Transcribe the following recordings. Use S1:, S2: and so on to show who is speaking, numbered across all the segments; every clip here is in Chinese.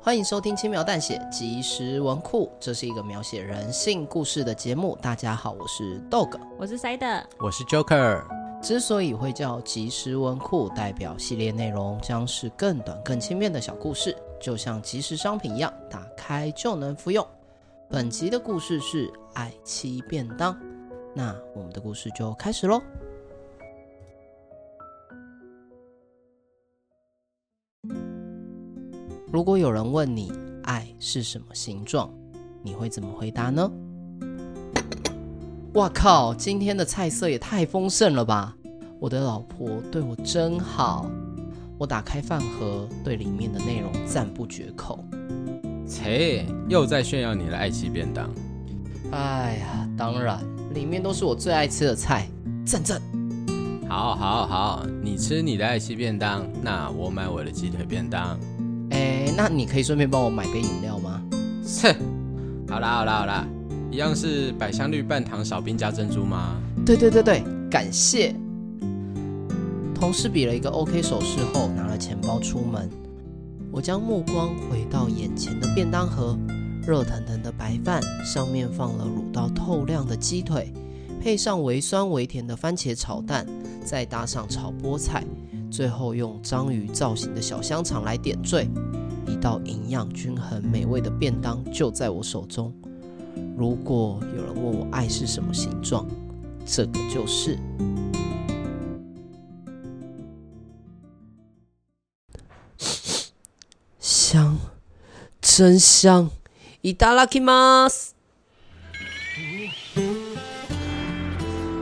S1: 欢迎收听《轻描淡写即时文库》，这是一个描写人性故事的节目。大家好，我是 Dog。
S2: 我是 Side，
S3: 我是 Joker，
S1: 之所以会叫即时文库，代表系列内容将是更短、更轻便的小故事，就像即时商品一样，打开就能服用。本集的故事是爱妻便当，那我们的故事就开始喽。如果有人问你爱是什么形状，你会怎么回答呢？哇靠！今天的菜色也太丰盛了吧！我的老婆对我真好。我打开饭盒，对里面的内容赞不绝口。
S3: 切，又在炫耀你的爱妻便当。
S1: 哎呀，当然，里面都是我最爱吃的菜，赞赞！
S3: 好，好，好，你吃你的爱妻便当，那我买我的鸡腿便当。
S1: 哎，那你可以顺便帮我买杯饮料吗？
S3: 切，好啦，好啦，好啦，一样是百香绿半糖少冰加珍珠吗？
S1: 对对对对，感谢。同事比了一个 OK 手势后，拿了钱包出门。我将目光回到眼前的便当盒，热腾腾的白饭上面放了卤到透亮的鸡腿，配上微酸微甜的番茄炒蛋，再搭上炒菠菜，最后用章鱼造型的小香肠来点缀。一道营养均衡、美味的便当就在我手中。如果有人问我爱是什么形状，这个就是。香，真香！いただきます。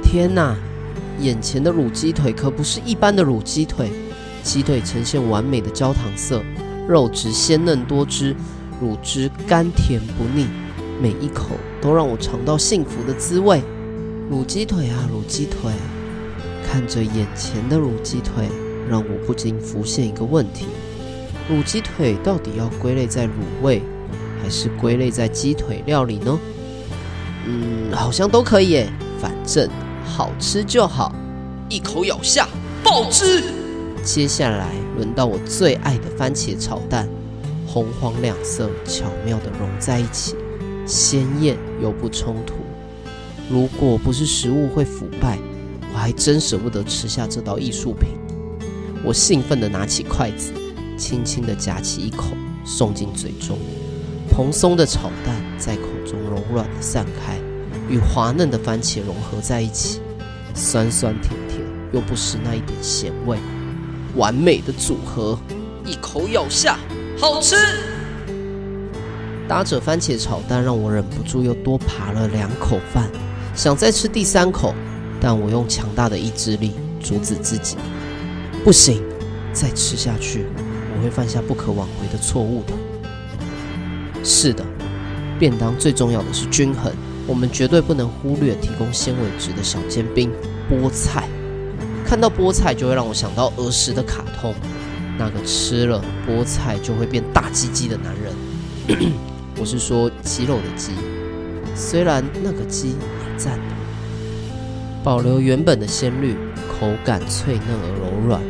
S1: 天哪，眼前的卤鸡腿可不是一般的卤鸡腿，鸡腿呈现完美的焦糖色，肉质鲜嫩多汁，乳汁甘甜不腻，每一口都让我尝到幸福的滋味。卤鸡腿啊，卤鸡腿！看着眼前的卤鸡腿，让我不禁浮现一个问题：卤鸡腿到底要归类在卤味，还是归类在鸡腿料理呢？嗯，好像都可以耶，反正好吃就好，一口咬下，爆汁！接下来轮到我最爱的番茄炒蛋，红黄两色巧妙地融在一起，鲜艳又不冲突。如果不是食物会腐败，我还真舍不得吃下这道艺术品。我兴奋地拿起筷子，轻轻地夹起一口，送进嘴中。蓬松的炒蛋在口中柔软地散开，与滑嫩的番茄融合在一起，酸酸甜甜又不失那一点咸味，完美的组合，一口咬下，好吃。搭着番茄炒蛋，让我忍不住又多扒了两口饭，想再吃第三口，但我用强大的意志力阻止自己，不行，再吃下去我会犯下不可挽回的错误的。是的，便当最重要的是均衡，我们绝对不能忽略提供纤维质的小煎饼、菠菜。看到菠菜就会让我想到儿时的卡通，那个吃了菠菜就会变大鸡鸡的男人。我是说肌肉的肌，虽然那个鸡也赞同，保留原本的鲜绿，口感脆嫩而柔软。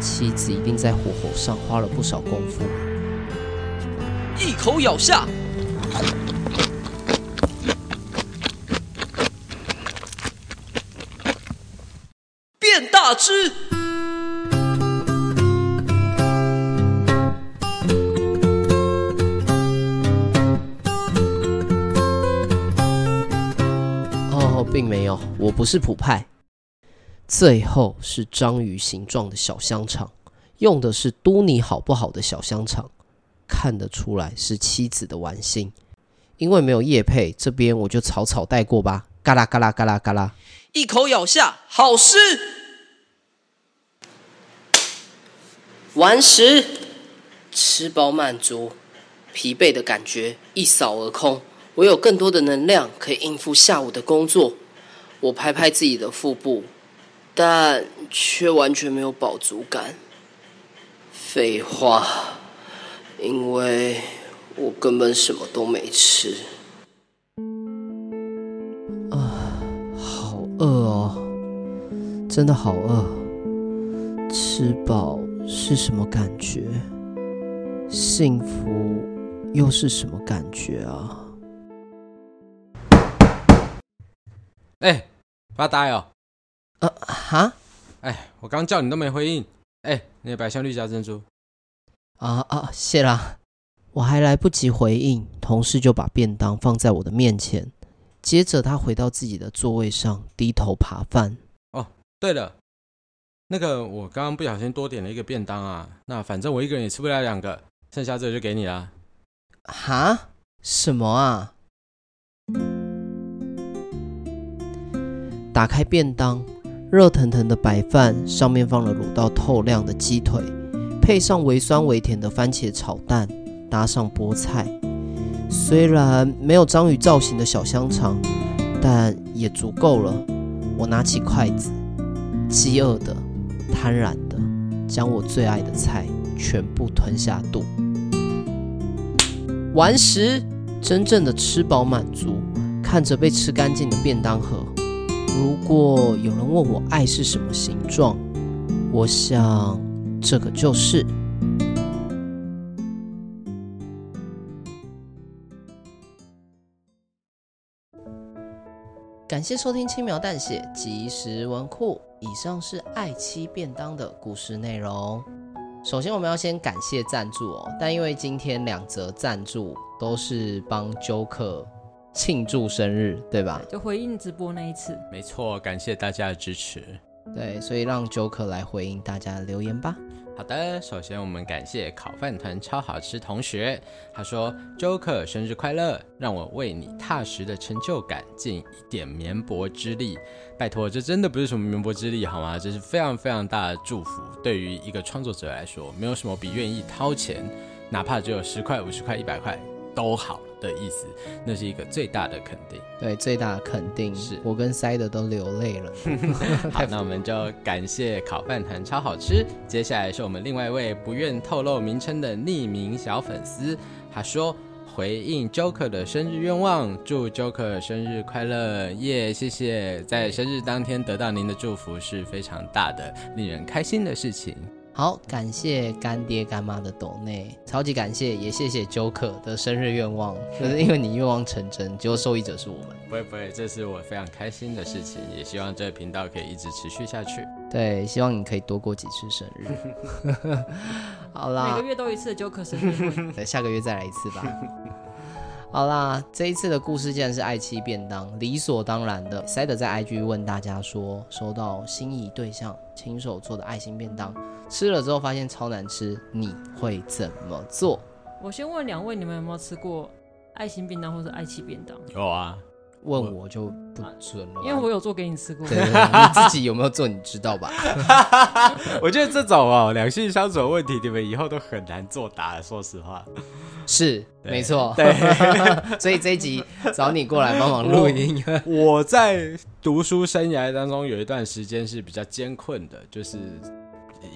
S1: 妻子一定在火候上花了不少功夫。一口咬下。变大只。哦，并没有，我不是普派。最后是章鱼形状的小香肠，用的是都你好不好的小香肠。看得出来是妻子的玩心。因为没有叶配，这边我就草草带过吧。嘎啦嘎啦嘎啦嘎啦，一口咬下，好吃。完食，吃饱满足，疲惫的感觉一扫而空。我有更多的能量可以应付下午的工作。我拍拍自己的腹部，但却完全没有饱足感。废话。因为我根本什么都没吃。啊，好饿哦，真的好饿。吃饱是什么感觉？幸福又是什么感觉啊？
S3: 哎、发呆哦！
S1: 呃，哈
S3: 哎，我刚叫你都没回应。哎，你的白香绿加珍珠，
S1: 啊啊，谢啦！我还来不及回应，同事就把便当放在我的面前。接着他回到自己的座位上，低头扒饭。
S3: 对了，那个我刚刚不小心多点了一个便当啊，那反正我一个人也吃不了两个，剩下这个就给你啦。
S1: 哈？什么啊？打开便当，热腾腾的白饭上面放了卤到透亮的鸡腿，配上微酸微甜的番茄炒蛋，搭上菠菜。虽然没有章鱼造型的小香肠，但也足够了。我拿起筷子，饥饿的、贪婪的，将我最爱的菜全部吞下肚。完食，真正的吃饱满足，看着被吃干净的便当盒。如果有人问我爱是什么形状，我想这个就是。感谢收听轻描淡写即时文库，以上是爱妻便当的故事内容。首先，我们要先感谢赞助哦，但因为今天两则赞助都是帮 Joker 庆祝生日，对吧？
S2: 就回应直播那一次。
S3: 没错，感谢大家的支持。
S1: 对，所以让 Joker 来回应大家的留言吧。
S3: 好的，首先我们感谢烤饭团超好吃同学，他说：“Joker 生日快乐，让我为你踏实的成就感尽一点绵薄之力。拜托，这真的不是什么绵薄之力好吗？这是非常非常大的祝福，对于一个创作者来说，没有什么比愿意掏钱，哪怕只有十块、五十块、一百块都好的意思，那是一个最大的肯定。”
S1: 对，最大的肯定
S3: 是
S1: 我跟塞德都流泪了。
S3: 好，那我们就感谢烤饭团超好吃。接下来是我们另外一位不愿透露名称的匿名小粉丝，他说回应 Joker 的生日愿望，祝 Joker 生日快乐，耶、谢谢，在生日当天得到您的祝福是非常大的，令人开心的事情。
S1: 好，感谢干爹干妈的抖内，超级感谢，也谢谢 Joker 的生日愿望，就是因为你愿望成真，结果受益者是我们。
S3: 不会不会，这是我非常开心的事情，也希望这个频道可以一直持续下去。
S1: 对，希望你可以多过几次生日。好
S2: 每
S3: 啊
S1: 啦
S2: 个，月都一次的 Joker 生日会，
S1: 等下个月再来一次吧。好啦，这一次的故事竟然是爱妻便当，理所当然的。塞德在 IG 问大家说，收到心仪对象亲手做的爱心便当，吃了之后发现超难吃，你会怎么做？
S2: 我先问两位，你们有没有吃过爱心便当或者爱妻便当？
S3: 有啊，
S1: 问我就不准了吧，
S2: 因为我有做给你吃过。
S1: 对对对你自己有没有做你知道吧？
S3: 我觉得这种哦两性相处的问题，你们以后都很难作答，说实话。
S1: 是，
S3: 对
S1: 没错。
S3: 对，
S1: 所以这一集找你过来帮忙录音。
S3: 我在读书生涯当中有一段时间是比较艰困的，就是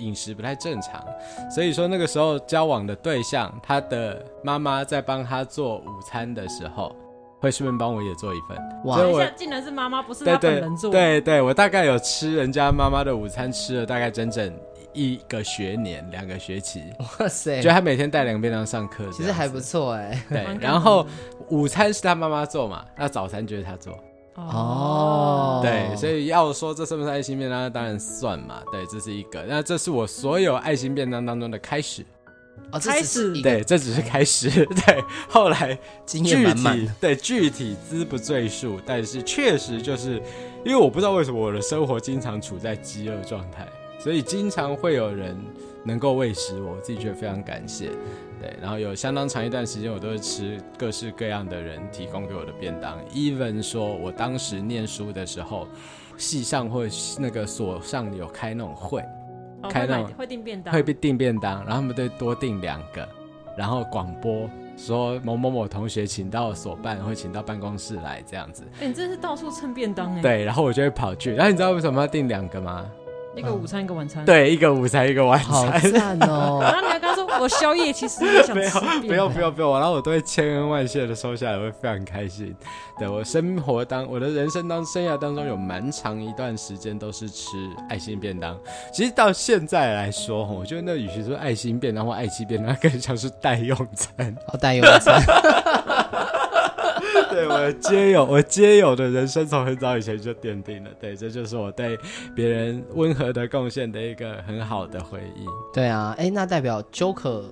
S3: 饮食不太正常，所以说那个时候交往的对象，他的妈妈在帮他做午餐的时候，会顺便帮我也做一份。
S1: 哇
S3: 所 以
S2: 等一
S3: 我
S2: 下，竟然是妈妈，不是
S3: 对
S2: 他本
S3: 对
S2: 人做。
S3: 对对，我大概有吃人家妈妈的午餐，吃了大概整整一个学年、两个学期，
S1: 哇塞
S3: 觉，得他每天带两个便当上课，
S1: 哦其实还不。错哎。
S3: 对
S2: 蛮，感
S3: 然后午餐是他妈妈做嘛，那早餐就是他做。
S1: 哦
S3: 对，所以要说这算不算爱心便当，那当然算嘛。对，这是一个。那这是我所有爱心便当当中的开始。
S1: 哦，这只是一个
S3: 对，这只是开始。 对，后来
S1: 经验
S3: 具
S1: 满满
S3: 体。对具体资不赘述，但是确实就是因为我不知道为什么我的生活经常处在饥饿状态，所以经常会有人能够喂食我，我自己觉得非常感谢。对，然后有相当长一段时间，我都是吃各式各样的人提供给我的便当，even 说我当时念书的时候，系上或那个所上有开那种会，
S2: 哦
S3: 开
S2: 会
S3: 那
S2: 买
S3: 种
S2: 会订便当，
S3: 会被订便当，然后他们都多订两个，然后广播说某某某同学请到所办，会请到办公室来这样子。
S2: 哎，你真是到处蹭便当哎。，
S3: 对，然后我就会跑去。然后你知道为什么要订两个吗？
S2: 一个午餐一个晚餐。。
S3: 对，一个午餐，一个晚
S1: 好
S3: 餐。
S1: 赞哦！
S2: 然后你还跟他说，我宵夜其实也想
S3: 没
S2: 吃
S3: 有，
S2: 便
S3: 不要，
S2: 当
S3: 不要，不要！然后我都会千恩万谢的收下来，我会非常开心。对我生活当我的人生当生涯当中有蛮长一段时间都是吃爱心便当。其实到现在来说，吼我觉得那与其说爱心便当或爱妻便当，更像是代用餐。
S1: 好带有一餐。
S3: 对我皆有，我皆有的人生从很早以前就奠定了。对，这就是我对别人温和的贡献的一个很好的回忆。
S1: 对啊，哎，那代表 Joker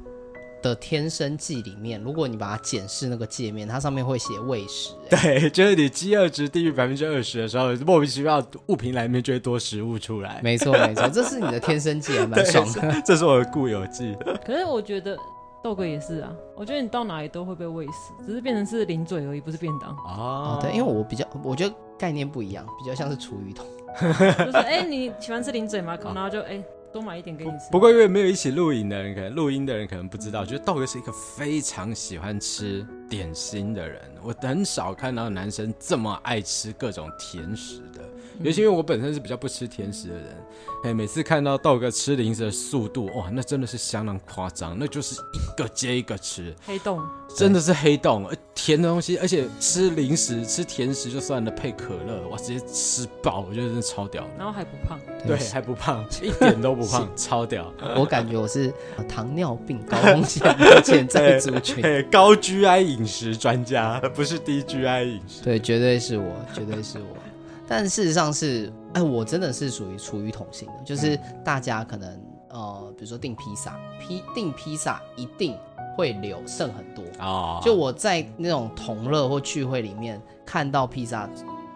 S1: 的《天生记》里面，如果你把它检视那个界面，它上面会写喂食、哎诶
S3: 对， 就是你饥饿值低于百分之二十的时候，莫名其妙物品栏里面就会多食物出来。
S1: 没错没错，这是你的天生记，还蛮
S3: 对
S1: 爽的。
S3: 这是我的固有技。。
S2: 可是我觉得豆哥也是啊，我觉得你到哪里都会被喂死，只是变成是零嘴而已，不是便当
S1: 哦
S3: 哦，
S1: 对，因为我比较，我觉得概念不一样，比较像是厨余桶。
S2: 就是哎、你喜欢吃零嘴吗？然后就哎、多买一点给你吃。
S3: 不过因为没有一起录影的人，可能录音的人可能不知道，就是豆哥是一个非常喜欢吃点心的人。我很少看到男生这么爱吃各种甜食的，尤其因为我本身是比较不吃甜食的人，哎，每次看到豆哥吃零食的速度，哇，那真的是相当夸张，那就是一个接一个吃，
S2: 黑洞，
S3: 真的是黑洞。呃甜的东西，而且吃零食吃甜食就算了，配可乐，哇，直接吃爆，我觉得真的超屌的。
S2: 然后还不胖，
S3: 对，还不胖，一点都不 胖，超屌。
S1: 我感觉我是呃糖尿病高风险的潜在族 群，
S3: 嘿高 GI 饮食专家，不是低 GI 饮食。
S1: 对，绝对是我，绝对是我。 但事实上是，哎，我真的是属于厨余桶型的，就是大家可能呃，比如说订披萨，披订披萨一定会留剩很多。
S3: 哦，
S1: 就我在那种同乐或聚会里面看到披萨，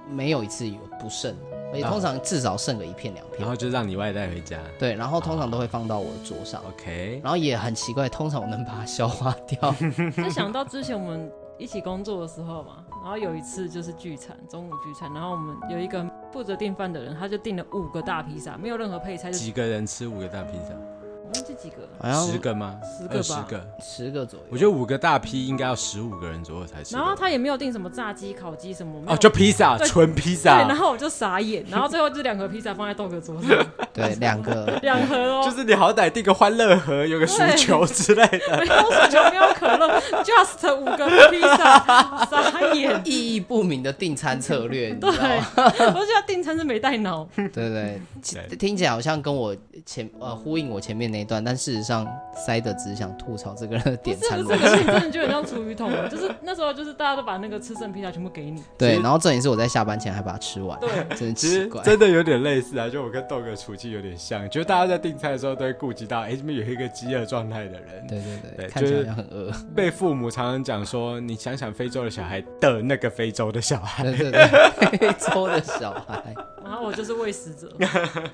S1: 没有一次有不剩的，而且通常至少剩个一片两片
S3: 然。后就让你外带回家。
S1: 对，然后通常都会放到我的桌上，
S3: OK，
S1: 然后也很奇怪，通常我能把它消化 掉。
S2: 就想到之前我们一起工作的时候嘛，然后有一次就是聚餐，中午聚餐，然后我们有一个负责订饭的人，他就订了五个大披萨，没有任何配菜，就
S3: 几个人吃五个大披萨，
S2: 我忘记几个了，
S1: 好像
S3: 十个吗？
S2: 哎十个吧
S3: 二十个。
S1: 十个左右。
S3: 我觉得五个大披应该要十五个人左右才吃得
S2: 然
S3: 完。
S2: 后他也没有订什么炸鸡、烤鸡什么，没有
S3: 哦，就披萨，
S2: 对
S3: 纯披
S2: 对，然
S3: 萨，
S2: 后我就傻眼，然后最后就两盒披萨放在豆哥桌 上，
S1: 对，两个
S2: 两盒哦，
S3: 就是你好歹订个欢乐盒，有个薯
S2: 对
S3: 球之类的。
S2: 没有薯球，没有可乐，just 五个披萨，傻
S3: 哦
S2: 眼。
S1: 意义不明的订餐策 略，你知
S2: 对，
S1: 道吗？
S2: 我觉得订餐是没带脑，
S1: 对对对，听起来好像跟我前呃呼应我前面那一段，但事实上塞德只是想吐槽这个人的
S2: 不
S1: 点
S2: 是
S1: 餐
S2: 不
S1: 逻
S2: 是，
S1: 辑。
S2: 可是你真的就很像厨余桶，就是那时候就是大家都把那个吃剩披萨全部给你，
S3: 其
S1: 对，
S3: 实
S1: 然后重点是我在下班前还把它吃完，真的
S3: 其
S1: 奇
S3: 实
S1: 怪。
S3: 真的有点类似啊，就我跟豆哥处境有点像，就是大家在订菜的时候都会顾及到，哎、这边有一个饥饿状态的人，
S1: 对对对，
S3: 对
S1: 看起来好
S3: 就是
S1: 像很饿。
S3: 被父母常常讲说，你想想非洲的小孩的那个非洲的小孩，
S1: 对对对， 非洲的小孩，
S2: 然后我就是喂食 者，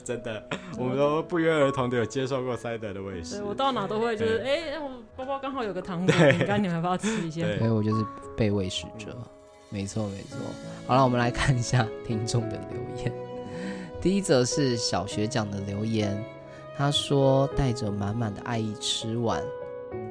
S3: 真的，我们都不约而同的有接受过塞德的喂
S2: 对
S3: 食。
S2: 我到哪都会就是，哎、我包包刚好有个糖果饼干，你们要不要吃一下？
S3: 对
S1: 所以我就是被喂食者。没错没错。好了，我们来看一下听众的留言。第一则是小学长的留言，他说带着满满的爱意吃完，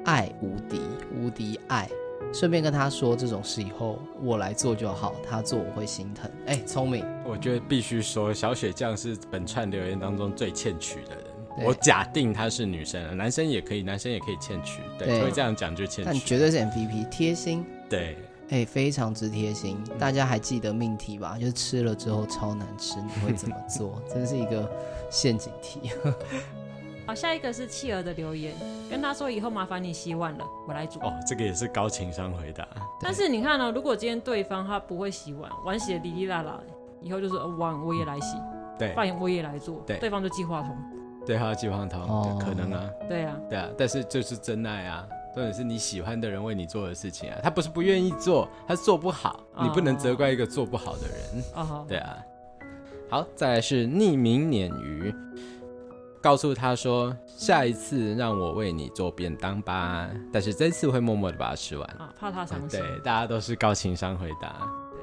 S1: 爱无敌，无敌爱。顺便跟他说，这种事以后我来做就好，他做我会心疼。哎、聪明，
S3: 我觉得必须说，小雪酱是本串留言当中最欠取的人。
S1: 对
S3: 我假定她是女生，男生也可以，男生也可以欠取，
S1: 对
S3: 对，所以这样讲就欠
S1: 但
S3: 取。
S1: 绝对是 MVP，贴心，
S3: 对，
S1: 哎、非常之贴心。
S2: 嗯
S1: 大家还记得命题吧？就是吃了之后超难吃，你会怎么 做？真是一个陷阱题。
S2: 好，下一个是企鹅的留言，跟他说以后麻烦你洗碗了，我来煮。
S3: 哦，这个也是高情商回答。
S2: 但是你看哦呢、如果今天对方他不会洗碗，碗洗的哩哩啦啦的，以后就是呃碗我也来洗，
S3: 对，
S2: 饭我也来做，
S3: 对
S2: 对方就计划通。
S3: 对，还有计划
S1: 哦
S3: 通，对可能啊，
S2: 对啊，
S3: 对啊，但是这是真爱啊，重点是你喜欢的人为你做的事情啊，他不是不愿意做，他是做不好，你不能责怪一个做不好的人，
S2: 哦，
S3: 对啊。好，再来是匿名鲶鱼，告诉他说下一次让我为你做便当吧，但是这次会默默的把它吃完。
S2: 啊，怕他伤心
S3: 对。，大家都是高情商回答，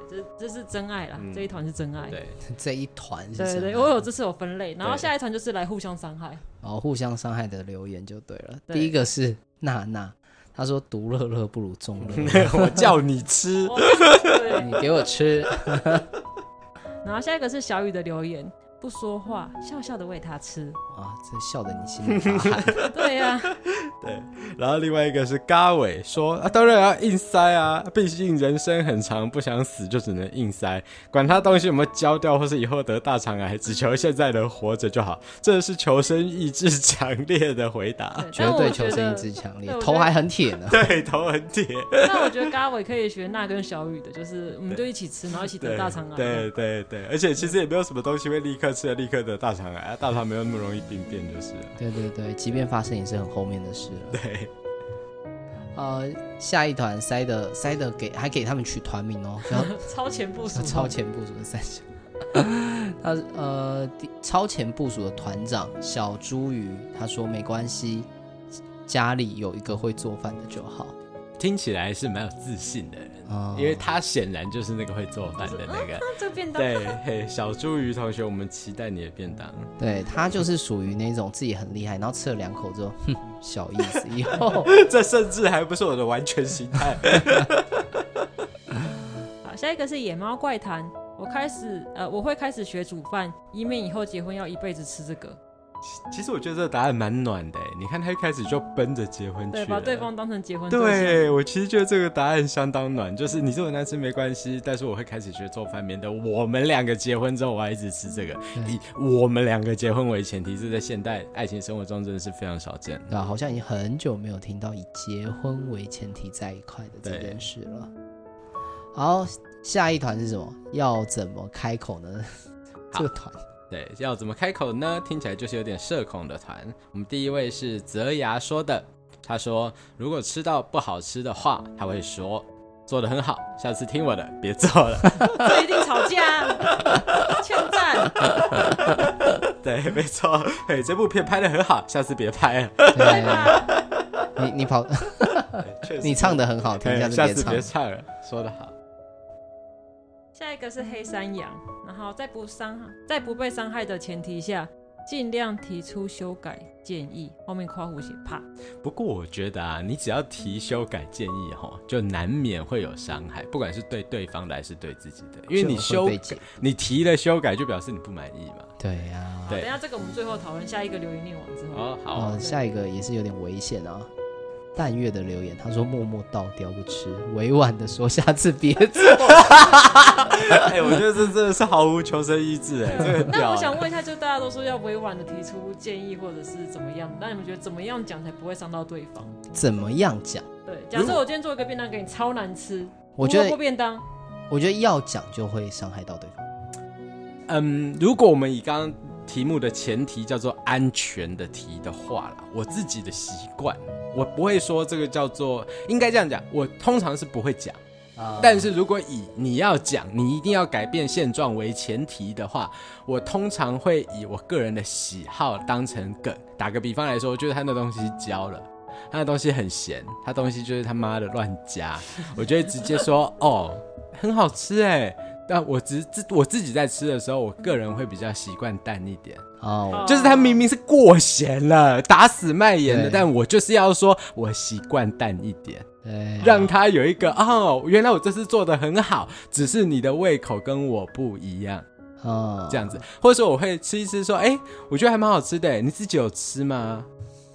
S2: 对，这这是真爱啦，
S3: 嗯
S2: 这一团是真爱。
S3: 对，
S1: 这一团是
S2: 对
S1: 什
S2: 对，
S1: 么
S2: 我有这次有分类，然后
S3: 对
S2: 下一团就是来互相 伤害。
S1: 然后互相伤害的留言就对了。
S2: 对
S1: 第一个是娜娜，她说独乐乐不如众乐 乐，
S3: 我叫你吃，
S2: 哦对，
S1: 你给我吃。
S2: 然后下一个是小雨的留言，不说话，笑笑的喂他吃。
S1: 啊，这笑得你心里发汗。
S2: 对呀、
S3: 然后另外一个是嘎伟说啊，当然要硬塞啊，毕竟人生很长，不想死就只能硬塞，管他东西有没有焦掉，或是以后得大肠癌，只求现在能活着就好。这是求生意志强烈的回答，
S2: 对
S1: 绝
S2: 但我
S1: 对
S2: 觉
S1: 求生意
S2: 得，
S1: 志强烈
S2: 对，我觉
S1: 头
S2: 得
S1: 还很铁呢。
S3: 对，头很铁，
S2: 但我觉得嘎伟可以学那跟小雨的，就是我们就一起吃，然后一起得
S3: 对
S2: 大肠癌。啊
S3: 对对对，而且其实也没有什么东西会立刻吃了立刻得大肠癌，啊大肠没有那么容易病变，就是了
S1: 对对对，即便发生也是很后面的事了。
S3: 对，
S1: 呃，下一团塞的塞的给还给他们取团名哦，叫
S2: 超前部署
S1: 他，啊超前部署的三小，他呃第超前部署的团长小猪鱼，他说没关系，家里有一个会做饭的就好。
S3: 听起来是蛮有自信的人，
S1: 啊、
S3: 哦因为他显然就是那个会做饭的那个。
S2: 那这个便当
S3: 对，嘿，小猪鱼同学，我们期待你的便当。
S1: 哦对他就是属于那种自己很厉害，然后吃了两口之后，哼，小意思，以后
S3: 这甚至还不是我的完全形态。
S2: 好，下一个是野猫怪谈。我开始，呃，我会开始学煮饭，以免以后结婚要一辈子吃这个。
S3: 其实我觉得这个答案蛮暖的诶，你看他一开始就奔着结婚去
S2: 对，
S3: 了，
S2: 把对方当成结婚象。
S3: 对我其实觉得这个答案相当暖，就是你这种难吃没关系，但是我会开始学做饭，免得我们两个结婚之后我还一直吃这个。
S1: 对
S2: 嗯
S3: 以我们两个结婚为前提，这在现代爱情生活中真的是非常少见。
S1: 对啊，好像已经很久没有听到以结婚为前提在一块的这
S3: 对
S1: 件事了。好，下一团是什么？要怎么开口呢？ 这个团
S3: 对，要怎么开口呢？听起来就是有点社恐的团。我们第一位是泽牙说的，他说如果吃到不好吃的话，他会说做的很好，下次听我的，别做了。
S2: 这一定吵架， 欠赞。
S3: 对，没错，嘿，这部片拍的很好，下次别拍 了。
S2: 对
S1: 对，
S2: 吧？
S1: 你你跑，
S3: 确实
S1: 你唱的很好听，
S3: 嘿
S1: 下
S3: 哎下
S1: 次别
S3: 次别
S1: 唱。
S3: 唱了，说的好。
S2: 下一个是黑山羊，然后在不伤在不被伤害的前提下，尽量提出修改建议。后面括弧写怕，
S3: 不过我觉得啊，你只要提修改建议吼，就难免会有伤害，不管是对对方的还是对自己的，因为你
S1: 就
S3: 修
S1: 会被剪
S3: 你提了修改，就表示你不满意嘛。
S1: 对啊呀、
S3: 对
S2: 等一下这个我们最后讨论下一个留言念完之后。
S3: 哦，好
S1: 哦，下一个也是有点危险啊。淡月的留言，他说默默倒掉不吃，委婉的说下次别吃。
S3: 哎、我觉得这真的是毫无求生意志哎，这个很屌
S2: 那
S3: 哎
S2: 我想问一下，就大家都说要委婉的提出建议或者是怎么样，那你们觉得怎么样讲才不会伤到对方？
S1: 怎么样讲？
S3: 嗯
S2: 对，假设我今天做一个便当给你超难吃，
S1: 我觉
S2: 胡萝卜
S1: 得，
S2: 便当，
S1: 我觉得要讲就会伤害到对方。
S3: 嗯，如果我们以刚刚题目的前提叫做安全的题的话啦，我自己的习惯，我不会说这个叫做，应该这样讲，我通常是不会讲。
S1: 啊
S3: 但是如果以你要讲，你一定要改变现状为前提的话，我通常会以我个人的喜好当成梗。打个比方来说，就是他那东西焦了。他的东西很咸，他东西就是他妈的乱加， 我就会直接说哦，很好吃哎。但我只自我自己在吃的时候，我个人会比较习惯淡一点，
S1: 哦，
S3: 就是它明明是过咸了，打死卖盐的，
S1: 对
S3: 但我就是要说我习惯淡一点。
S1: 对，啊
S3: 让他有一个哦，原来我这次做的很好，只是你的胃口跟我不一样，
S1: 啊
S3: 这样子，或者说我会吃一吃，说，哎、我觉得还蛮好吃的，你自己有吃吗？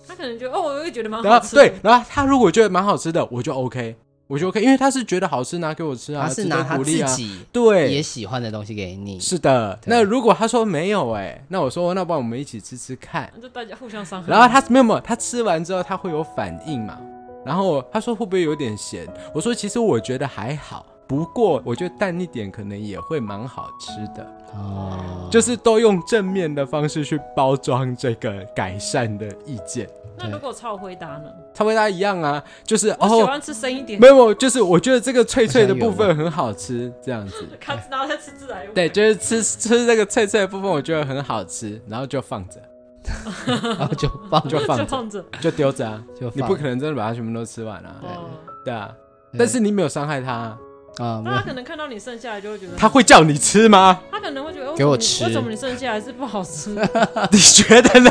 S2: 他可能觉得哦，我也觉得蛮
S3: 然
S2: 好
S3: 后
S2: 吃的。
S3: 啊对，然后他如果觉得蛮好吃的，我就 OK，我就 OK，因为他是觉得好吃拿给我吃啊，
S1: 他是
S3: 值得
S1: 拿他
S3: 鼓
S1: 自
S3: 励啊，
S1: 己也
S3: 对。
S1: 喜欢的东西给你，
S3: 是的，
S1: 对
S3: 那如果他说没有哎，那我说那不然我们一起吃吃看，
S2: 那就大家互相伤害。
S3: 然后他没有没有，他吃完之后他会有反应嘛？然后他说会不会有点咸？我说其实我觉得还好，不过我觉得淡一点可能也会蛮好吃的，
S1: 哦，
S3: 就是都用正面的方式去包装这个改善的意见。
S2: 那如果超回答呢？
S3: 他跟他一样啊，就是
S2: 我喜
S3: 哦，
S2: 欢吃深一点
S3: 没，有没有，就是我觉得这个脆脆的部分很好吃，这样子。
S2: 看然后再吃自来
S3: 对，就是吃吃这个脆脆的部分，我觉得很好吃，然后就放着，
S1: 然后哦 就放
S3: 就放
S2: 就
S3: 着
S2: 放着。
S3: 就丢着啊，
S1: 就
S3: 你
S1: 放
S3: 不可能真的把它全部都吃完啊，
S2: 哦，
S3: 对啊。
S1: 对
S3: 但是你没有伤害他，
S1: 啊，没
S2: 但
S1: 有
S2: 他，可能看到你剩下来就会觉得
S3: 他会叫你吃吗？
S2: 他可能会觉得哎
S4: 给我
S2: 为什
S4: 吃
S2: 么你为什么你剩下来是不好吃？
S3: 你觉得呢？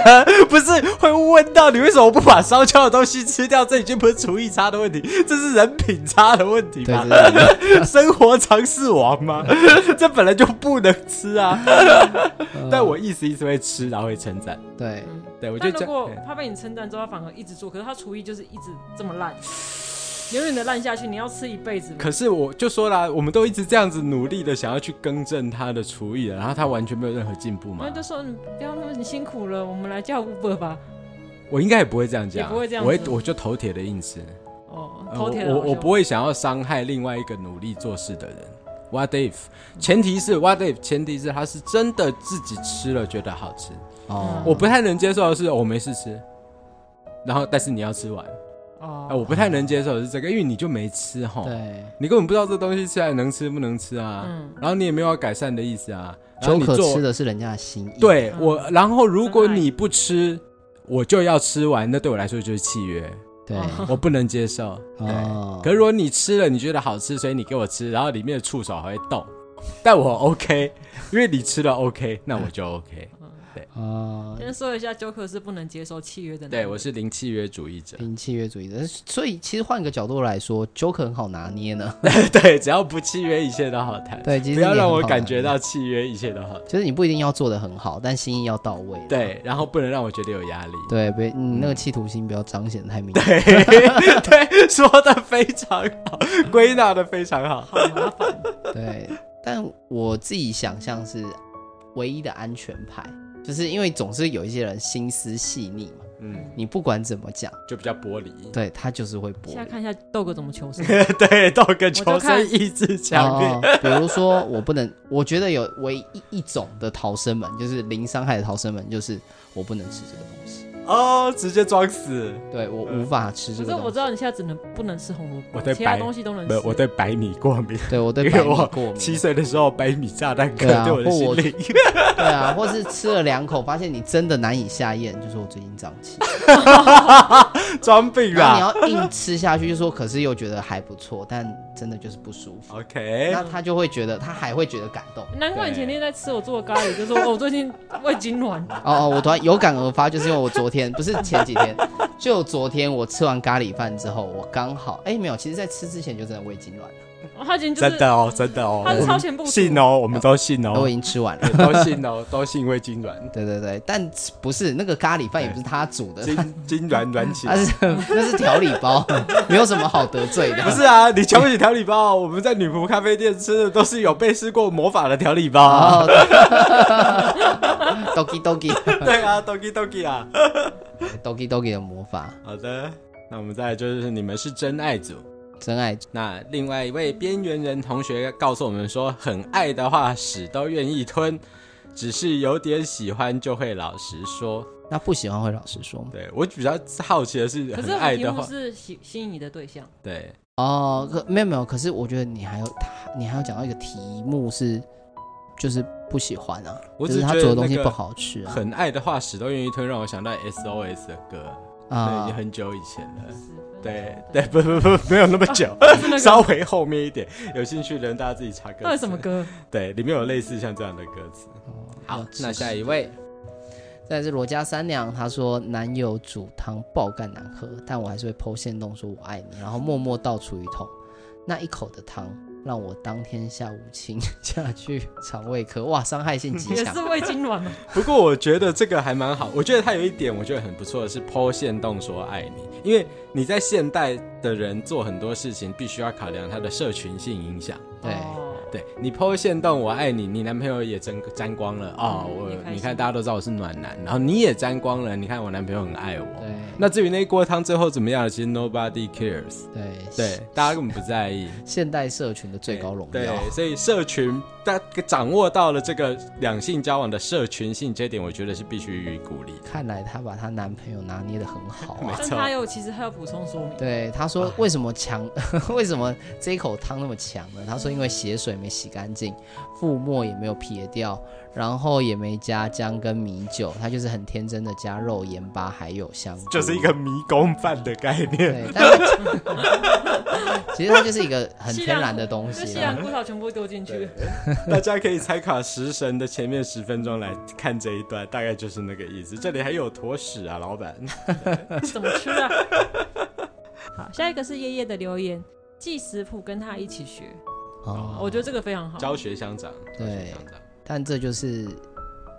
S3: 不是会问到你为什么不把烧焦的东西吃掉？这已经不是厨艺差的问题，这是人品差的问题
S1: 对
S3: 吧
S1: 对？对对，
S3: 生活常识王吗？ 这本来就不能吃啊！
S1: 嗯
S3: 但我意思意思会吃，然后会称赞。
S1: 哦对
S3: 对我就
S2: 但
S3: 这
S2: 如
S3: 样
S2: 果
S3: 嗯。
S2: 他被你称赞之后，他反而一直做，可是他厨艺就是一直这么烂，永远的烂下去，你要吃一辈子吗。
S3: 可是我就说啦，我们都一直这样子努力的想要去更正他的厨艺了，然后他完全没有任何进步嘛
S2: 然后。就说你不要那么辛苦了，我们来叫 Uber 吧。
S3: 我应该也不会这样讲啊，
S2: 也不会这样
S3: 我会
S2: 子
S3: 我就头铁的硬吃。
S2: 哦，
S3: 呃
S2: 头铁的好
S3: 我我我
S2: 凶
S3: 不会想要伤害另外一个努力做事的人。What if？前提是 What if？前提是他是真的自己吃了觉得好吃。
S1: 哦，
S3: 我不太能接受的是我、没事吃，然后但是你要吃完。啊、
S2: 哦，
S3: 我不太能接受的是这个，因为你就没吃哈，
S1: 对
S3: 你根本不知道这东西吃来能吃不能吃啊。
S2: 嗯，
S3: 然后你也没有要改善的意思啊。然后
S1: 周
S3: 你
S1: 可
S3: 做
S1: 吃的是人家的心意，
S3: 对
S2: 嗯
S3: 我，然后如果
S2: 真爱
S3: 你不吃，我就要吃完，那对我来说就是契约，
S1: 对
S2: 哦
S3: 我不能接受。对
S1: 哦，
S3: 可是如果你吃了，你觉得好吃，所以你给我吃，然后里面的触手还会动，但我 OK，因为你吃了 OK，那我就 OK。
S1: 哦，
S2: 嗯先说一下，Joker 是不能接受契约的。
S3: 对我，是零契约主义 者，
S1: 凭契约主义的，所以其实换个角度来说，Joker 很好拿捏呢。
S3: 对，只要不契约，一切都好 谈。
S1: 对，其实
S3: 嗯不要
S1: 你
S3: 让
S1: 很
S3: 我
S1: 好
S3: 感
S1: 拿
S3: 觉
S1: 捏
S3: 到，契约，一切都好谈。
S1: 就是你不一定要做的很好，但心意要到位。
S3: 对，嗯然后不能让我觉得有压力。
S1: 对，别你那个企图心不要彰显得太明显。
S3: 对 对，说的非常好， 归纳的非常好。
S2: 好麻烦。
S1: 对，但我自己想象是唯一的安全牌，就是因为总是有一些人心思细腻嘛，
S3: 嗯，
S1: 你不管怎么讲，
S3: 就比较玻璃。
S1: 对他就是会剥
S2: 现在看一下豆哥怎么求生。
S3: 对，到个求
S2: 我就
S3: 生
S2: 看
S3: 意志强烈。
S1: 哦比如说，我不能，我觉得有唯一一种的逃生门，就是零伤害的逃生门，就是我不能吃这个东西，
S3: 哦，直接装死。
S1: 对我
S3: 嗯
S1: 无法吃这个
S2: 可是
S1: 东西。
S2: 我知道你现在只能不能吃红萝卜，
S3: 我对
S2: 其他
S3: 白
S2: 东西都能
S3: 没
S2: 吃
S3: 有，。我对白米过敏。
S1: 对我对
S3: 因
S1: 白
S3: 为
S1: 米
S3: 我
S1: 过敏，
S3: 七岁的时候，白米炸弹哥
S1: 对啊
S3: 对我的心灵，
S1: 对啊，或是吃了两口，发现你真的难以下咽，就是我最近胀 气。
S3: 装病啊
S1: 然
S3: 啦。
S1: 后你要硬吃下去，就说可是又觉得还不错，但真的就是不舒服。
S3: OK，
S1: 那他就会觉得，他还会觉得感动。
S2: 难怪你前天在吃我做的咖喱，就说哦我最近胃痉挛。
S1: 哦哦，我突然有感而发，就是因为我昨天不是前几天，就昨天我吃完咖喱饭之后，我刚好哎没有，其实在吃之前就真的胃痉挛了，
S2: 哦他已经就
S3: 真
S2: 是
S3: 的哦，真的哦，
S2: 他是
S3: 我
S2: 超
S3: 们
S2: 前部署
S3: 信哦，我们都信
S1: 我
S3: 哦
S1: 已，经吃完了。
S3: 都信哦，都信胃痉挛，
S1: 对对对，但不是那个咖喱饭也不是他煮的，
S3: 痉痉挛挛起
S1: 他
S3: 来。
S1: 是那是调理 包，没有什么好得罪的。
S3: 不是啊，你瞧不起调理包？我们在女仆咖啡店吃的都是有被试过魔法的调理包啊。
S1: 哦 ，doki doki
S3: 对啊，Doki Doki 啊。
S1: doki doki 的魔法，
S3: 好的，那我们再来就是你们是真爱组。
S1: 真爱
S3: 那另外一位边缘人同学告诉我们说，很爱的话屎都愿意吞，只是有点喜欢就会老实说。
S1: 那不喜欢会老实说吗？
S3: 对我比较好奇的是，
S2: 可是
S3: 很
S2: 我
S3: 爱
S2: 们题
S3: 的
S2: 目
S3: 话，
S2: 是吸吸引你的对象，
S3: 对
S1: 哦，可没有没有，可是我觉得你还有他，你还要讲到一个题目是，就是不喜欢啊，
S3: 我
S1: 就
S3: 只
S1: 是
S3: 是
S1: 他
S3: 觉
S1: 做的
S3: 得
S1: 东
S3: 那
S1: 西
S3: 个
S1: 不好吃啊
S3: 很爱的话屎都愿意吞，让我想到 SOS 的歌，对，已经
S1: 啊，
S3: 很久以前了。
S2: 是
S3: 对对，， 不不不，没有那么久，
S2: 是 那
S3: 稍
S2: 个
S3: 微后面一点。有兴趣的人，大家自己查歌词。
S2: 到底什么？歌？
S3: 对，里面有类似像这样的歌词。
S1: 嗯
S3: 好，那下一位，
S1: 再来是罗家三娘，她说男友煮汤爆干难喝，但我还是会剖线洞说我爱你，然后默默倒出一桶，那一口的汤让我当天下午请假去肠胃科，哇，伤害性 极
S2: 也
S1: 强
S2: 是，胃痉挛吗？
S3: 不过我觉得这个还蛮好，我觉得他有一点我觉得很不错的是剖线动说爱你，因为你在现代的人做很多事情必须要考量他的社群性影响。
S1: 对
S2: 哦
S3: 对你剖线动我爱你，你男朋友也沾沾光了哦，
S2: 也
S3: 我
S2: 开心
S3: 你看大家都知道我是暖男，然后你也沾光了，你看我男朋友很爱我。
S1: 对
S3: 那至于那一锅汤最后怎么样，其实 nobody cares，
S1: 对
S3: 对，大家根本不在意。
S1: 现代社群的最高荣
S3: 对
S1: 耀，，
S3: 所以社群大家掌握到了这个两性交往的社群性这一点，我觉得是必须予以鼓励的。
S1: 看来她把她男朋友拿捏的很好啊。
S2: 但
S3: 错
S2: 他有其实还有补充说明，
S3: 啊
S1: 对，她说为什么强，为什么这一口汤那么强呢？她说因为血水没没洗干净，覆沫也没有撇掉，然后也没加姜跟米酒，它就是很天真的加肉、盐巴还有香菇，
S3: 就是一个迷宫饭的概念。
S1: 对，但是 其实它就是一个很天然的东
S2: 就
S1: 西啊
S2: 西
S1: 啦
S2: 洋。葡萄全部丢进去，
S3: 大家可以参考《食神》的前面十分钟来看这一段，大概就是那个意思。这里还有坨屎啊，老板。
S2: 怎么吃 啊？好，下一个是夜夜的留言，记食谱跟他一起学，
S1: 哦
S2: 我觉得这个非常好。
S3: 教学相长，教学相长，
S1: 但这就是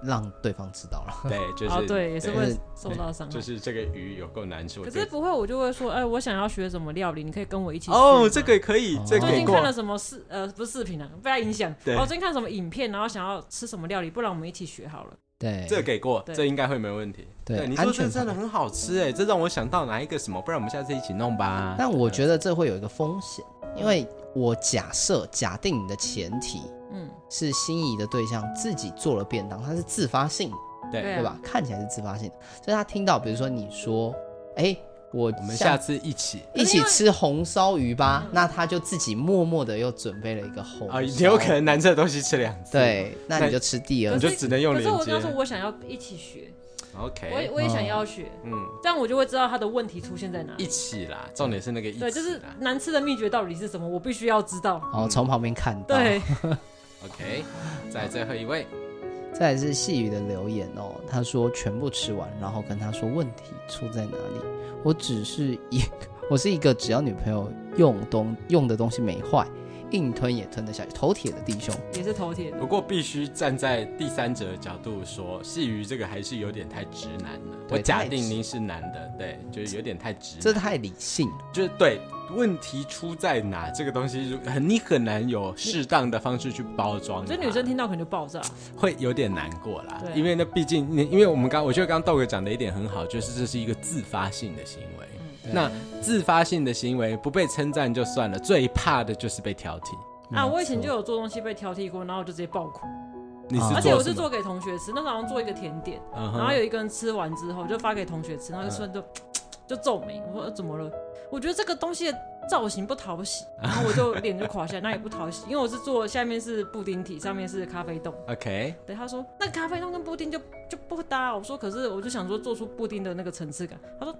S1: 让对方知道了。
S3: 对，就是、
S2: 哦，对，也是
S1: 对
S2: 会受到伤害。
S3: 就是这个鱼有够难吃。我
S2: 可
S3: 觉
S2: 是
S3: 得
S2: 不会，我就会说，哎，我想要学什么料理，你可以跟我一起学
S3: 哦，
S2: 吗
S3: 这个可以
S1: 哦，
S3: 这个
S2: 最
S3: 可以
S2: 近
S3: 过
S2: 看。了什么视呃不是视频啊，被他影响。
S3: 对
S2: 我、最近看什么影片，然后想要吃什么料理，不然我们一起学好了。
S1: 对，
S3: 这个给过，
S2: 对
S3: 这应该会没问题。
S1: 对
S3: 你
S1: 安
S3: 说
S1: 全
S3: 这真的
S1: 牌
S3: 很好吃哎，这让我想到哪一个什么，不然我们下次一起弄吧。
S1: 但我觉得
S3: 得
S1: 这会有一个风险，因为我假设假定你的前提
S2: 嗯，
S1: 是心仪的对象自己做了便当，他是自发性的，
S3: 对，
S2: 啊
S1: 对吧？看起来是自发性的，所以他听到比如说你说，哎，我
S3: 我们
S1: 下
S3: 下次一起
S1: 一起吃红烧鱼吧，那他就自己默默的又准备了一个红烧，
S3: 啊，你有可能难吃的东西吃两次。
S1: 对，那
S3: 那
S1: 你就吃第
S3: 嗯你
S1: 二
S3: 就只能用
S2: 可是我
S3: 连接哎
S2: 刚说我想要一起学，我也
S3: ，OK，
S2: 我也想要学，
S3: 嗯，
S2: 这样我就会知道他的问题出现在哪
S3: 一
S2: 里。
S3: 起啊啦，重点是那个一起啦。
S2: 对，就是难吃的秘诀到底是什么，我必须要知
S3: 哦
S2: 道。
S1: 然后从旁边看到，
S2: 对，
S3: OK，在最后一位，
S1: 再来是细雨的留言哦，他说全部吃完，然后跟他说问题出在哪里。我只是一，我是一个只要女朋友用东用的东西没坏，硬吞也吞得下去，头铁的弟兄。
S2: 也是头铁。
S3: 不过必须站在第三者的角度说，细鱼这个还是有点太直男了。我
S1: 对
S3: 假
S1: 太
S3: 定
S1: 直
S3: 您是男的，对，就是有点太直
S1: 这
S3: 男。
S1: 太理性了，
S3: 就是对问题出在哪这个东西，如很你很难有适当的方式去包装
S2: 我
S3: 它。
S2: 觉得女生听到可能就爆炸。
S3: 会有点难过啦
S2: 对，啊
S3: 因为那毕竟你，因为我们刚我觉得刚刚豆哥讲的一点很好，就是这是一个自发性的行为。
S2: 嗯
S3: 那自发性的行为不被称赞就算了，最怕的就是被挑剔。
S2: 啊，我以前就有做东西被挑剔过，然后我就直接爆哭。
S3: 你是
S1: 啊
S3: 做
S2: 而且我
S3: 什
S2: 是
S3: 么
S2: 做，给同学吃，那时候好像做一个甜点，
S3: 嗯哼
S2: 然后有一个人吃完之后就发给同学吃，然后就突然就、就皱眉，我说、呃、怎么了？我觉得这个东西的造型不讨喜，然后我 就脸就垮下来，那也不讨喜，因为我是做下面是布丁体，上面是咖啡冻。
S3: OK，
S2: 对，他说那咖啡冻跟布丁就就不搭，哦我说可是我就想说做出布丁的那个层次感，他说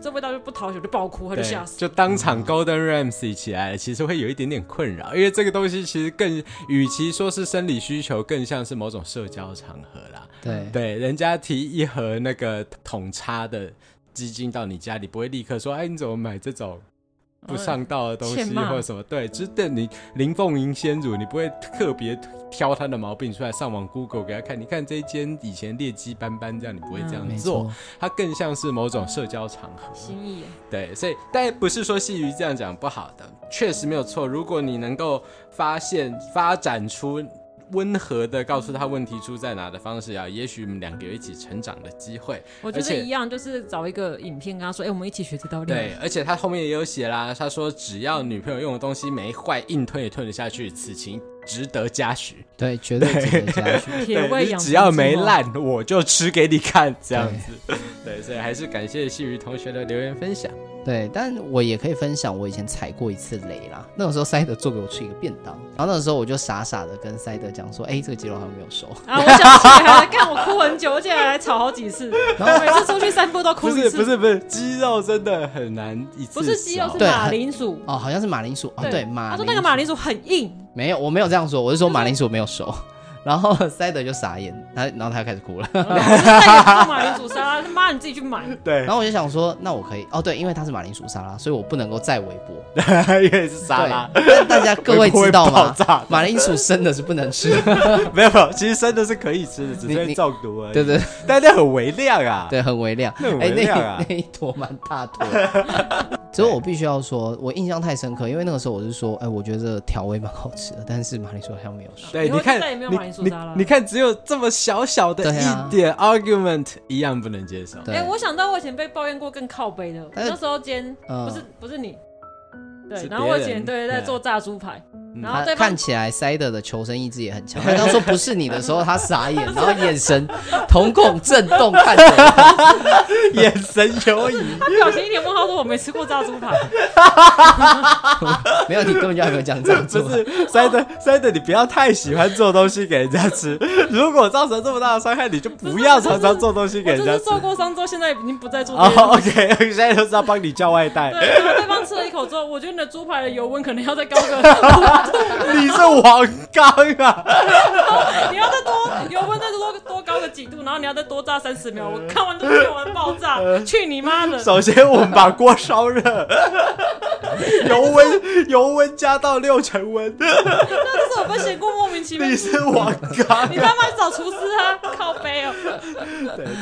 S2: 这味道就不讨喜，我就爆哭，他就
S3: 对，
S2: 吓死。
S3: 就当场 Golden Ramsey 起来了，其实会有一点点困扰，因为这个东西其实更，与其说是生理需求，更像是某种社交场合啦。
S1: 对
S3: 对，人家提一盒那个桶叉的鸡精到你家里，不会立刻说，哎，你怎么买这种？不
S2: 嗯
S3: 上道的东西
S2: 哎欠骂
S3: 或者什么，对，就是对你林凤营鲜乳，你不会特别挑它的毛病出来，上网 Google 给他看，你看这一间以前劣迹斑斑这样，你不会这
S2: 嗯
S3: 样
S1: 没
S3: 做
S1: 错，，
S3: 它更像是某种社交场合。
S2: 心意啊，
S3: 对，所以但不是说细鱼这样讲不好的，确实没有错。如果你能够发现、发展出温和的告诉他问题出在哪的方式啊，也许你们两个有一起成长的机会。
S2: 我觉
S3: 而且
S2: 得一样，就是找一个影片跟他说，哎、我们一起学这道料理
S3: 对，。而且他后面也有写啦，他说只要女朋友用的东西没坏，硬吞也吞得下去，此情值得嘉许。
S1: 对，绝对值得嘉 许。
S2: 铁
S3: 对
S2: 胃
S3: 你
S2: 养
S3: 只要
S2: 成
S3: 没
S2: 之后
S3: 烂，我就吃给你看，这样子。
S2: 哦
S3: 对，所以还是感谢细鱼同学的留言分享。
S1: 对，但我也可以分享，我以前踩过一次雷啦。那个时候塞德做给我吃一个便当，然后那个时候我就傻傻的跟塞德讲说，哎，这个鸡肉好像没有熟。
S2: 啊！我想起来了，看我哭很久，而且还吵好几次。然后每次出去散步都哭
S3: 不
S2: 一
S3: 是
S2: 次，
S3: 不是不是，鸡肉真的很难一次。
S2: 不是鸡肉，是
S1: 对
S2: 马铃薯。
S1: 哦，好像是马铃薯哦，对，马
S2: 他说
S1: 铃
S2: 那个马铃薯很硬，
S1: 没有，我没有这样说，我是说马铃薯没有熟。然后塞德就傻眼，他然后他就开始哭了。
S2: 我就再嗯也不做马铃薯沙拉，他妈你自己去买。
S3: 对
S1: 然，后我就想说，那我可以哦，对，因为它是马铃薯沙拉，所以我不能够再微波。
S3: 因为是沙拉，
S1: 对，但大家各位知道
S3: 会爆
S1: 吗
S3: 炸？
S1: 马铃薯生的是不能吃的，
S3: 没有，没有其实生的是可以吃的，只是
S1: 你
S3: 会
S1: 你
S3: 中毒而已。
S1: 对对
S3: 但那很微量啊。
S1: 对，很微量。
S3: 那很
S1: 哎，
S3: 微
S1: 那
S3: 量啊
S1: 一那一坨蛮大坨。 只有我必须要说，我印象太深刻，因为那个时候我是说，哎，我觉得这个调味蛮好吃的，但是马铃薯好像没有熟。
S3: 对，
S2: 以后
S3: 你看
S2: 就再也没有马铃薯
S3: 你
S2: 沙拉
S3: 你看，只有这么小小的
S1: 对啊
S3: 一点 argument，一样不能接 受。
S1: 对
S2: 哎，我想到我以前被抱怨过更靠北的，
S1: 但是
S2: 那时候煎
S1: 嗯
S2: 不是不是你，
S3: 是
S2: 对，
S3: 别
S2: 然后我以前
S3: 人嗯
S2: 对
S3: 对
S2: 在做炸猪排，然后
S1: 他
S2: 对方
S1: 看起来塞德的求生意志也很强。他当说不是你的时候，他傻眼，然后眼神瞳孔震动看着我。
S3: 眼神游移，
S2: 他表情一脸问号，说我没吃过炸猪排，
S1: 没有，你根本就还没有讲这样
S3: 不
S1: 做。啊
S3: 是塞德塞德，你不要太喜欢做东西给人家 吃。如果造成这么大的伤害，你就不要常常做东西 给
S2: 我
S3: 人
S2: 就
S3: 家
S2: 是
S3: 吃。
S2: 受过伤之后，现在已经不再做这些
S3: 哦
S2: 东西。
S3: ，OK，现在就是要帮你叫外带。
S2: 对，啊然后对方吃了一口之后，我觉得你的猪排的油温可能要再高个，
S3: 你是王刚啊！
S2: 你要再多油温再多多高个几度，然后你要再多炸三十
S3: 呃
S2: 秒。我看完都看完爆炸，去你妈 的！
S3: 首先，我们把锅烧热， 油温油温加到六成温。
S2: 这是我被嫌过莫名其妙
S3: 你。是王刚
S2: 你，他妈找厨师啊！靠背哦，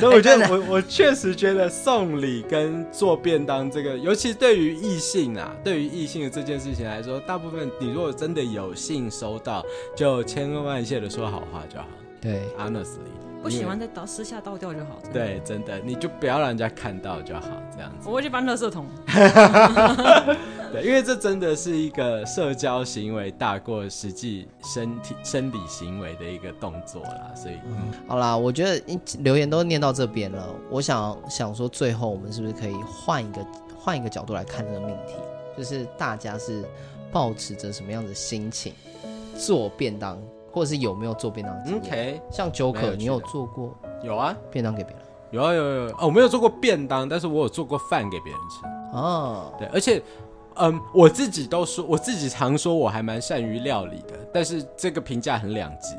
S3: 所以我觉得我我确实觉得送礼跟做便当这个，尤其对于异性啊，对于异性的这件事情来说，大部分你如果真的有幸收到，就千恩万谢的说好话就好。
S1: 对，
S3: Honestly，
S2: 不喜欢再倒私下倒掉就好。真的，
S3: 对，真的，你就不要让人家看到就好，这样子。
S2: 我会去搬垃圾桶。
S3: 对，因为这真的是一个社交行为大过实际身体生理行为的一个动作啦，所以、嗯
S1: 好啦，我觉得你留言都念到这边了，我想想说，最后我们是不是可以换一个换一个角度来看这个命题，就是大家是抱持着什么样的心情做便当，或者是有没有做便当的经验？
S3: 嗯 OK，
S1: 像
S3: 蛮有
S1: Joker，
S3: 趣的
S1: 你有做过
S3: 有啊，
S1: 便当给别人？
S3: 有啊，有啊有啊哦，我没有做过便当，但是我有做过饭给别人吃。
S1: 哦，
S3: 对，而且，嗯，我自己都说，我自己常说我还蛮善于料理的，但是这个评价很两极。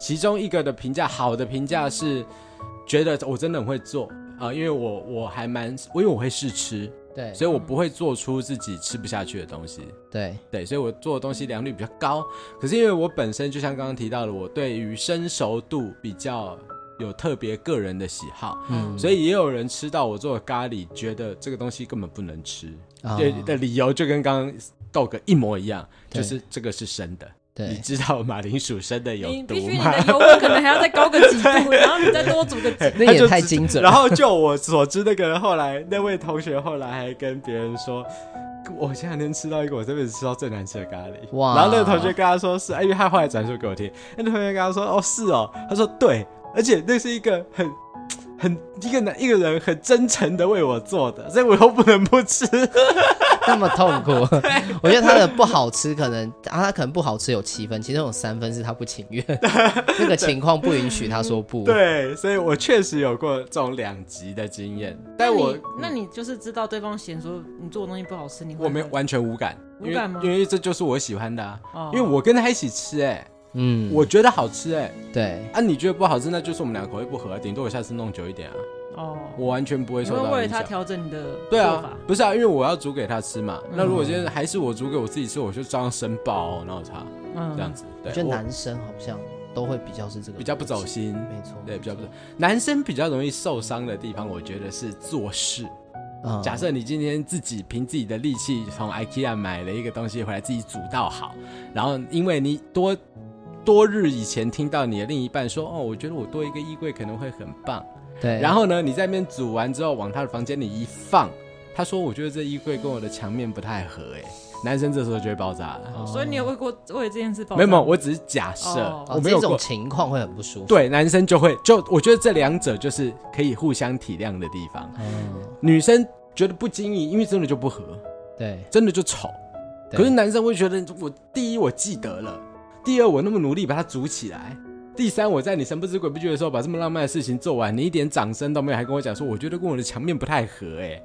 S3: 其中一个的评价，好的评价是觉得我真的很会做啊、呃因为我我还蛮，我因为我会试吃，
S1: 对
S3: 所以我不会做出自己吃不下去的东西。
S1: 对，
S3: 对，所以我做的东西良率比较高。可是因为我本身就像刚刚提到的，我对于生熟度比较有特别个人的喜好，
S1: 嗯
S3: 所以也有人吃到我做的咖喱，觉得这个东西根本不能吃。
S1: 啊
S3: 对的理由就跟刚刚 Dog 一模一样，就
S1: 对
S3: 是这个是生的。你
S1: 对
S3: 知道马铃薯生的有
S2: 你必
S3: 毒
S2: 须你
S3: 吗
S2: 的？油温可能还要再高个几度， 然后你再多煮个几。
S1: 那
S3: 他就
S1: 也太
S3: 直
S1: 精准
S3: 然
S1: 了。
S3: 后就我所知，那个人后来那位同学后来还跟别人说。我前两天吃到一个我这辈子吃到最难吃的咖喱，
S1: 哇
S3: 然后那个同学跟他说是，哎因为他后来转述给我听，那个同学跟他说，哦，是哦，他说对，而且那是一个很很一个男一个人很真诚的为我做的，所以我又不能不 吃。
S1: 那么痛 苦，我觉得他的不好吃，可能啊，他可能不好吃有七分，其中有三分是他不情 愿，那个情况不允许他说不。，
S3: 对，所以我确实有过这种两极的经验，
S2: 那
S3: 但
S2: 你
S3: 我
S2: 那你就是知道对方嫌说你做的东西不好吃，你会
S3: 我没有完全无感，因
S2: 无
S3: 为
S2: 感吗
S3: 因为这就是我喜欢的、啊，
S2: 哦
S3: 因为我跟他一起吃、哎，
S1: 嗯，
S3: 我觉得好吃、哎。
S1: 对
S3: 啊，你觉得不好吃，那就是我们俩口味不合，顶多我下次弄久一点啊，
S2: 哦，
S3: 我完全不会
S2: 你
S3: 受
S2: 会
S3: 到
S2: 为了
S3: 影
S2: 他
S3: 响。
S2: 调整你的
S3: 对
S2: 做法嗯
S3: 啊，不是啊，因为我要煮给他吃嘛。那如果今天还是我煮给我自己吃，我就照样生爆、哦，然后他
S2: 嗯
S3: 这样子，
S1: 我
S3: 对，
S1: 觉得
S3: 我
S1: 男生好像都会比较是这个，
S3: 比较不走，心，
S1: 没错，
S3: 对，比较不走。男生比较容易受伤的地方，我觉得是做事。
S1: 嗯
S3: 假设你今天自己凭自己的力气从 IKEA 买了一个东西回来，自己煮到好，然后因为你多多日以前听到你的另一半说，哦，我觉得我多一个衣柜可能会很棒。
S1: 对，
S3: 然
S1: 后
S3: 后呢，你在那边煮完之后，往他的房间里一放，他说：“我觉得这衣柜跟我的墙面不太合。”哎，男生这时候就会爆炸了。
S1: 哦
S2: 所以你有为过为了这件事爆
S3: 没
S2: 炸
S3: 有，没有，我只是假设，
S2: 哦
S3: 我
S1: 哦
S3: 没
S1: 这
S3: 有过
S1: 种。情况会很不舒服。，
S3: 对，男生就会就我觉得这两者就是可以互相体谅的地方。
S1: 嗯，
S3: 女生觉得不经意，因为真的就不合，
S1: 对，
S3: 真的就丑。
S1: 对
S3: 可是男生会觉得，我第一我记得了，第二我那么努力把它煮起来，第三我在你神不知鬼不觉的时候把这么浪漫的事情做完，你一点掌声都没有，还跟我讲说我觉得跟我的墙面不太合、哎，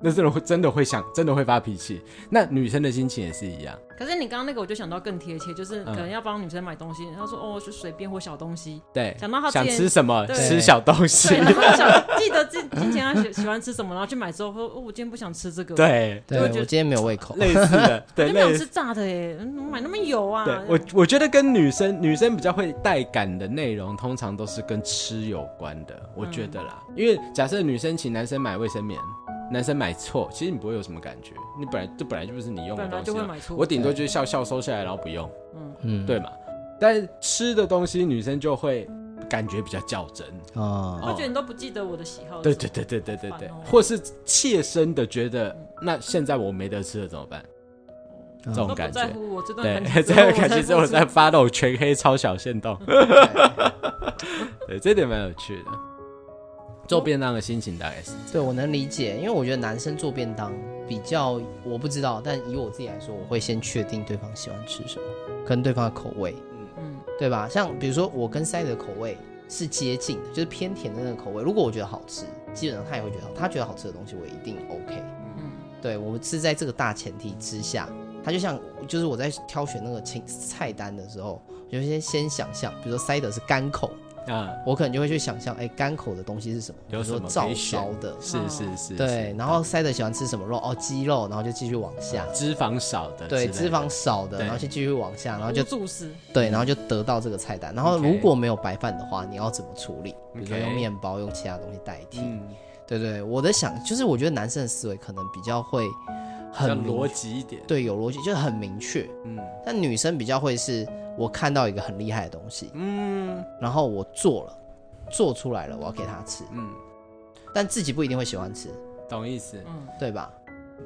S3: 那真的会真的会想，真的会发脾气。那女生的心情也是一样，
S2: 可是你刚刚那个，我就想到更贴切，就是可能要帮女生买东西，他说哦，就随便或小东西，
S3: 对，
S2: 想到他之
S3: 想
S2: 前
S3: 吃什么
S2: 对
S3: 吃小东西
S2: 对，，然后想记得之之前啊他喜喜欢吃什么，然后去买之后说，哦，我今天不想吃这个，，
S3: 对，
S1: 对
S2: 就
S1: 我
S2: 会觉得
S1: 今天没有胃口。
S3: 类似的，
S2: 我
S3: 对，
S2: 今天不
S3: 类
S2: 想
S3: 似
S2: 吃。炸的耶，嗯怎么买那么油啊？
S3: 对我，我觉得跟女生女生比较会带感的内容，通常都是跟吃有关的，我觉得
S2: 嗯
S3: 啦。因为假设女生请男生买卫生棉，男生买错，其实你不会有什么感觉，你本来这本来就不是你用
S2: 不
S3: 的
S2: 然他
S3: 东
S2: 就
S3: 西
S2: 会
S3: 嘛，
S2: 买错。
S3: 我顶多就是笑笑收下来，然后不用，
S2: 嗯，
S1: 嗯，
S3: 对嘛？但吃的东西女生就会感觉比较较真，
S1: 啊，
S3: 哦
S2: 我觉得你都不记得我的喜好，
S3: 对对对对对对
S2: 哦好
S3: 对
S2: 烦哦，
S3: 或是切身的觉得，那现在我没得吃了怎么办？
S5: 这
S1: 嗯
S2: 都
S5: 种
S2: 不
S5: 感
S2: 在
S5: 觉。
S2: 乎我这段
S5: 对
S2: 感，情，
S5: 这个感
S2: 觉
S5: 觉是我在发抖全黑超小限动，对，这点蛮有趣的。做便当的心情大概是
S1: 对我能理解，因为我觉得男生做便当比较，我不知道，但以我自己来说，我会先确定对方喜欢吃什么，跟对方的口味，
S2: 嗯，
S1: 对吧？像比如说我跟塞的口味是接近的，就是偏甜的那个口味。如果我觉得好吃，基本上他也会觉得好他觉得好吃的东西，我一定 OK。
S2: 嗯
S1: 对我们是在这个大前提之下，他就像就是我在挑选那个清菜单的时候，我就先先想象，比如说塞的是干口，
S5: 啊，
S1: 我可能就会去想象，哎，干口的东西是什么？比
S5: 有
S1: 如说
S5: 什么可
S1: 照
S5: 以选
S1: 烧的，
S5: 是是是是，
S1: 哦对，然后塞的喜欢吃什么肉？哦，鸡肉，然后就继续往下，
S3: 哦
S5: 脂肪少的之类
S1: 对，
S5: 的，
S1: 脂肪少的，
S5: 对
S1: 然后就继续往下，然后就
S2: 无助食，
S1: 对，然后就得到这个菜单。然后
S5: OK
S1: 如果没有白饭的话，你要怎么处理？比如说
S5: OK
S1: 用面包，用其他东西代替。
S3: 嗯，
S1: 对对，我的想就是，我觉得男生的思维可能比较会
S3: 比较
S1: 很明
S3: 逻辑一点，
S1: 对，有逻辑，就是很明确。
S3: 嗯
S1: 但女生比较会是，我看到一个很厉害的东西，
S3: 嗯
S1: 然后我做了，做出来了，我要给他吃，
S3: 嗯，
S1: 但自己不一定会喜欢吃，
S3: 懂意思。
S2: 嗯，
S1: 对吧？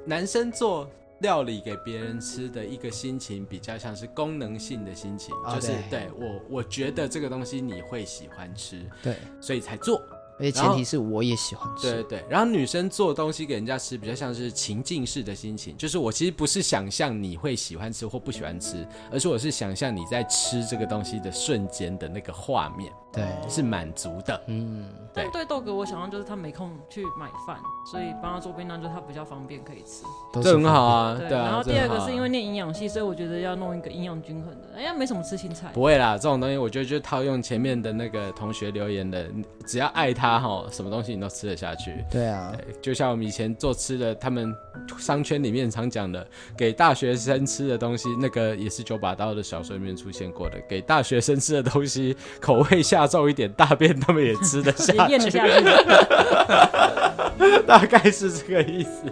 S3: 男生做料理给别人吃的一个心情，比较像是功能性的心情，
S1: 啊
S3: 就是
S1: 对
S3: 对我我觉得这个东西你会喜欢吃，
S1: 对，
S3: 所以才做。
S1: 而且前提是我也喜欢
S3: 对
S1: 吃，
S3: 对，然后女生做东西给人家吃，比较像是情境式的心情，就是我其实不是想象你会喜欢吃或不喜欢吃，而是我是想象你在吃这个东西的瞬间的那个画面
S1: 对，
S3: 是满足的。
S1: 嗯，
S3: 对
S2: 但对豆哥，我想象就是他没空去买饭，所以帮他做便当，就是他比较方便可以吃。
S1: 都
S3: 这
S1: 是
S3: 很好啊，
S2: 对，
S3: 对啊。
S2: 然后
S3: 这
S2: 第二
S3: 很
S2: 个
S3: 好啊
S2: 是因为念营养系，所以我觉得要弄一个营养均衡的。哎呀，没什么吃青菜，
S3: 不会啦，这种东西我觉得就套用前面的那个同学留言的，只要爱它哈，什么东西你都吃得下去。
S1: 对啊，
S3: 对，就像我们以前做吃的，他们商圈里面常讲的，给大学生吃的东西，那个也是九把刀的小说里面出现过的，给大学生吃的东西，口味下重一点，大便他们 也吃得
S2: 也
S1: 啊
S3: 下
S2: 咽
S3: 去，
S2: 得下去。
S3: 大概是这个意思。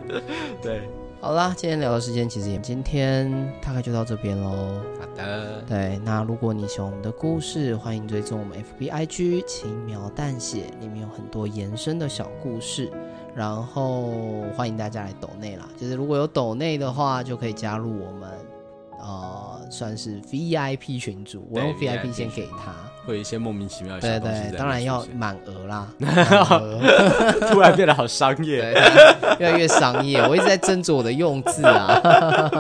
S3: 对，
S1: 好啦，今天聊的时间其实也今天大概就到这边喽。
S3: 好的，
S1: 对，那如果你喜欢我们的故事，欢迎追踪我们 FB IG 轻描淡写，里面有很多延伸的小故事。然后欢迎大家来抖内啦，就是如果有抖内的话，就可以加入我们呃算是 VIP 群组，我
S3: 对
S1: 用
S3: VIP
S1: VIP 先
S3: 群
S1: 给他。
S3: 会有一些莫名其妙的
S1: 对
S3: 小东西
S1: 对，
S3: 在
S1: 当
S3: 那
S1: 然
S3: 出
S1: 要
S3: 现
S1: 满额啦， 满额
S3: 突然变得好商业，
S1: 对，对越来越商业，我一直在斟酌我的用字啊。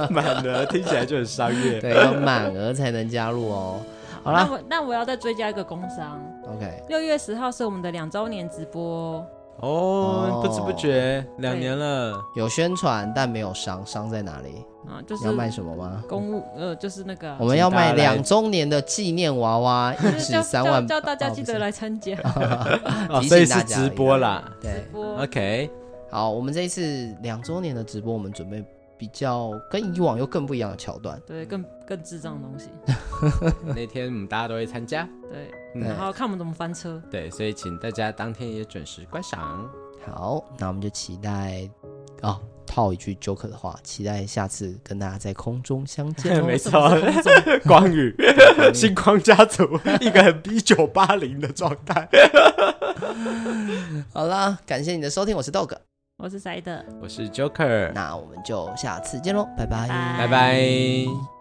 S3: 满了听起来就很商 业。
S1: 对，要满额才能加入哦。好
S2: 那
S1: 啦
S2: 我那我要再追加一个工商，
S1: ，OK，
S2: 六月十号是我们的两周年直播哦，
S3: 哦，不知不觉两
S2: 对
S3: 年了，
S1: 有宣传但没有商，商在哪里？
S2: 啊，就是
S1: 你要卖什么吗？
S3: 嗯
S2: 公务呃，就是那个啊
S1: 我们要卖
S3: 请大家来
S1: 两周年的纪念娃 娃，
S2: 就
S1: 一
S2: 是
S1: 尺
S2: 叫
S1: 三
S2: 叫
S1: 万，
S2: 叫大家
S1: 哦
S2: 记得，来参加
S3: 哦，
S1: 提
S3: 所以
S1: 醒
S3: 是
S1: 大家
S3: 直播啦
S1: 不。是 对，
S2: 播。
S3: OK，
S1: 好，我们这一次两周年的直播，我们准备比较跟以往又更不一样的桥段。
S2: 对，更更智 障的东西。
S3: 那天我们大家都会参加，
S2: 对，
S3: 嗯
S2: 然后看我们怎么翻车。
S3: 对，所以请大家当天也准时观 赏。
S1: 好，那我们就期待哦，套一句 Joker 的话，期待下次跟大家在空中相见哦。
S3: 没错，光宇，星光家族，一个很一九八零的状态。
S1: 好啦，感谢你的收听，我是 Dog，
S2: 我是塞德。
S3: 我是 Joker，
S1: 那我们就下次见喽，拜拜
S2: 拜
S3: 拜拜。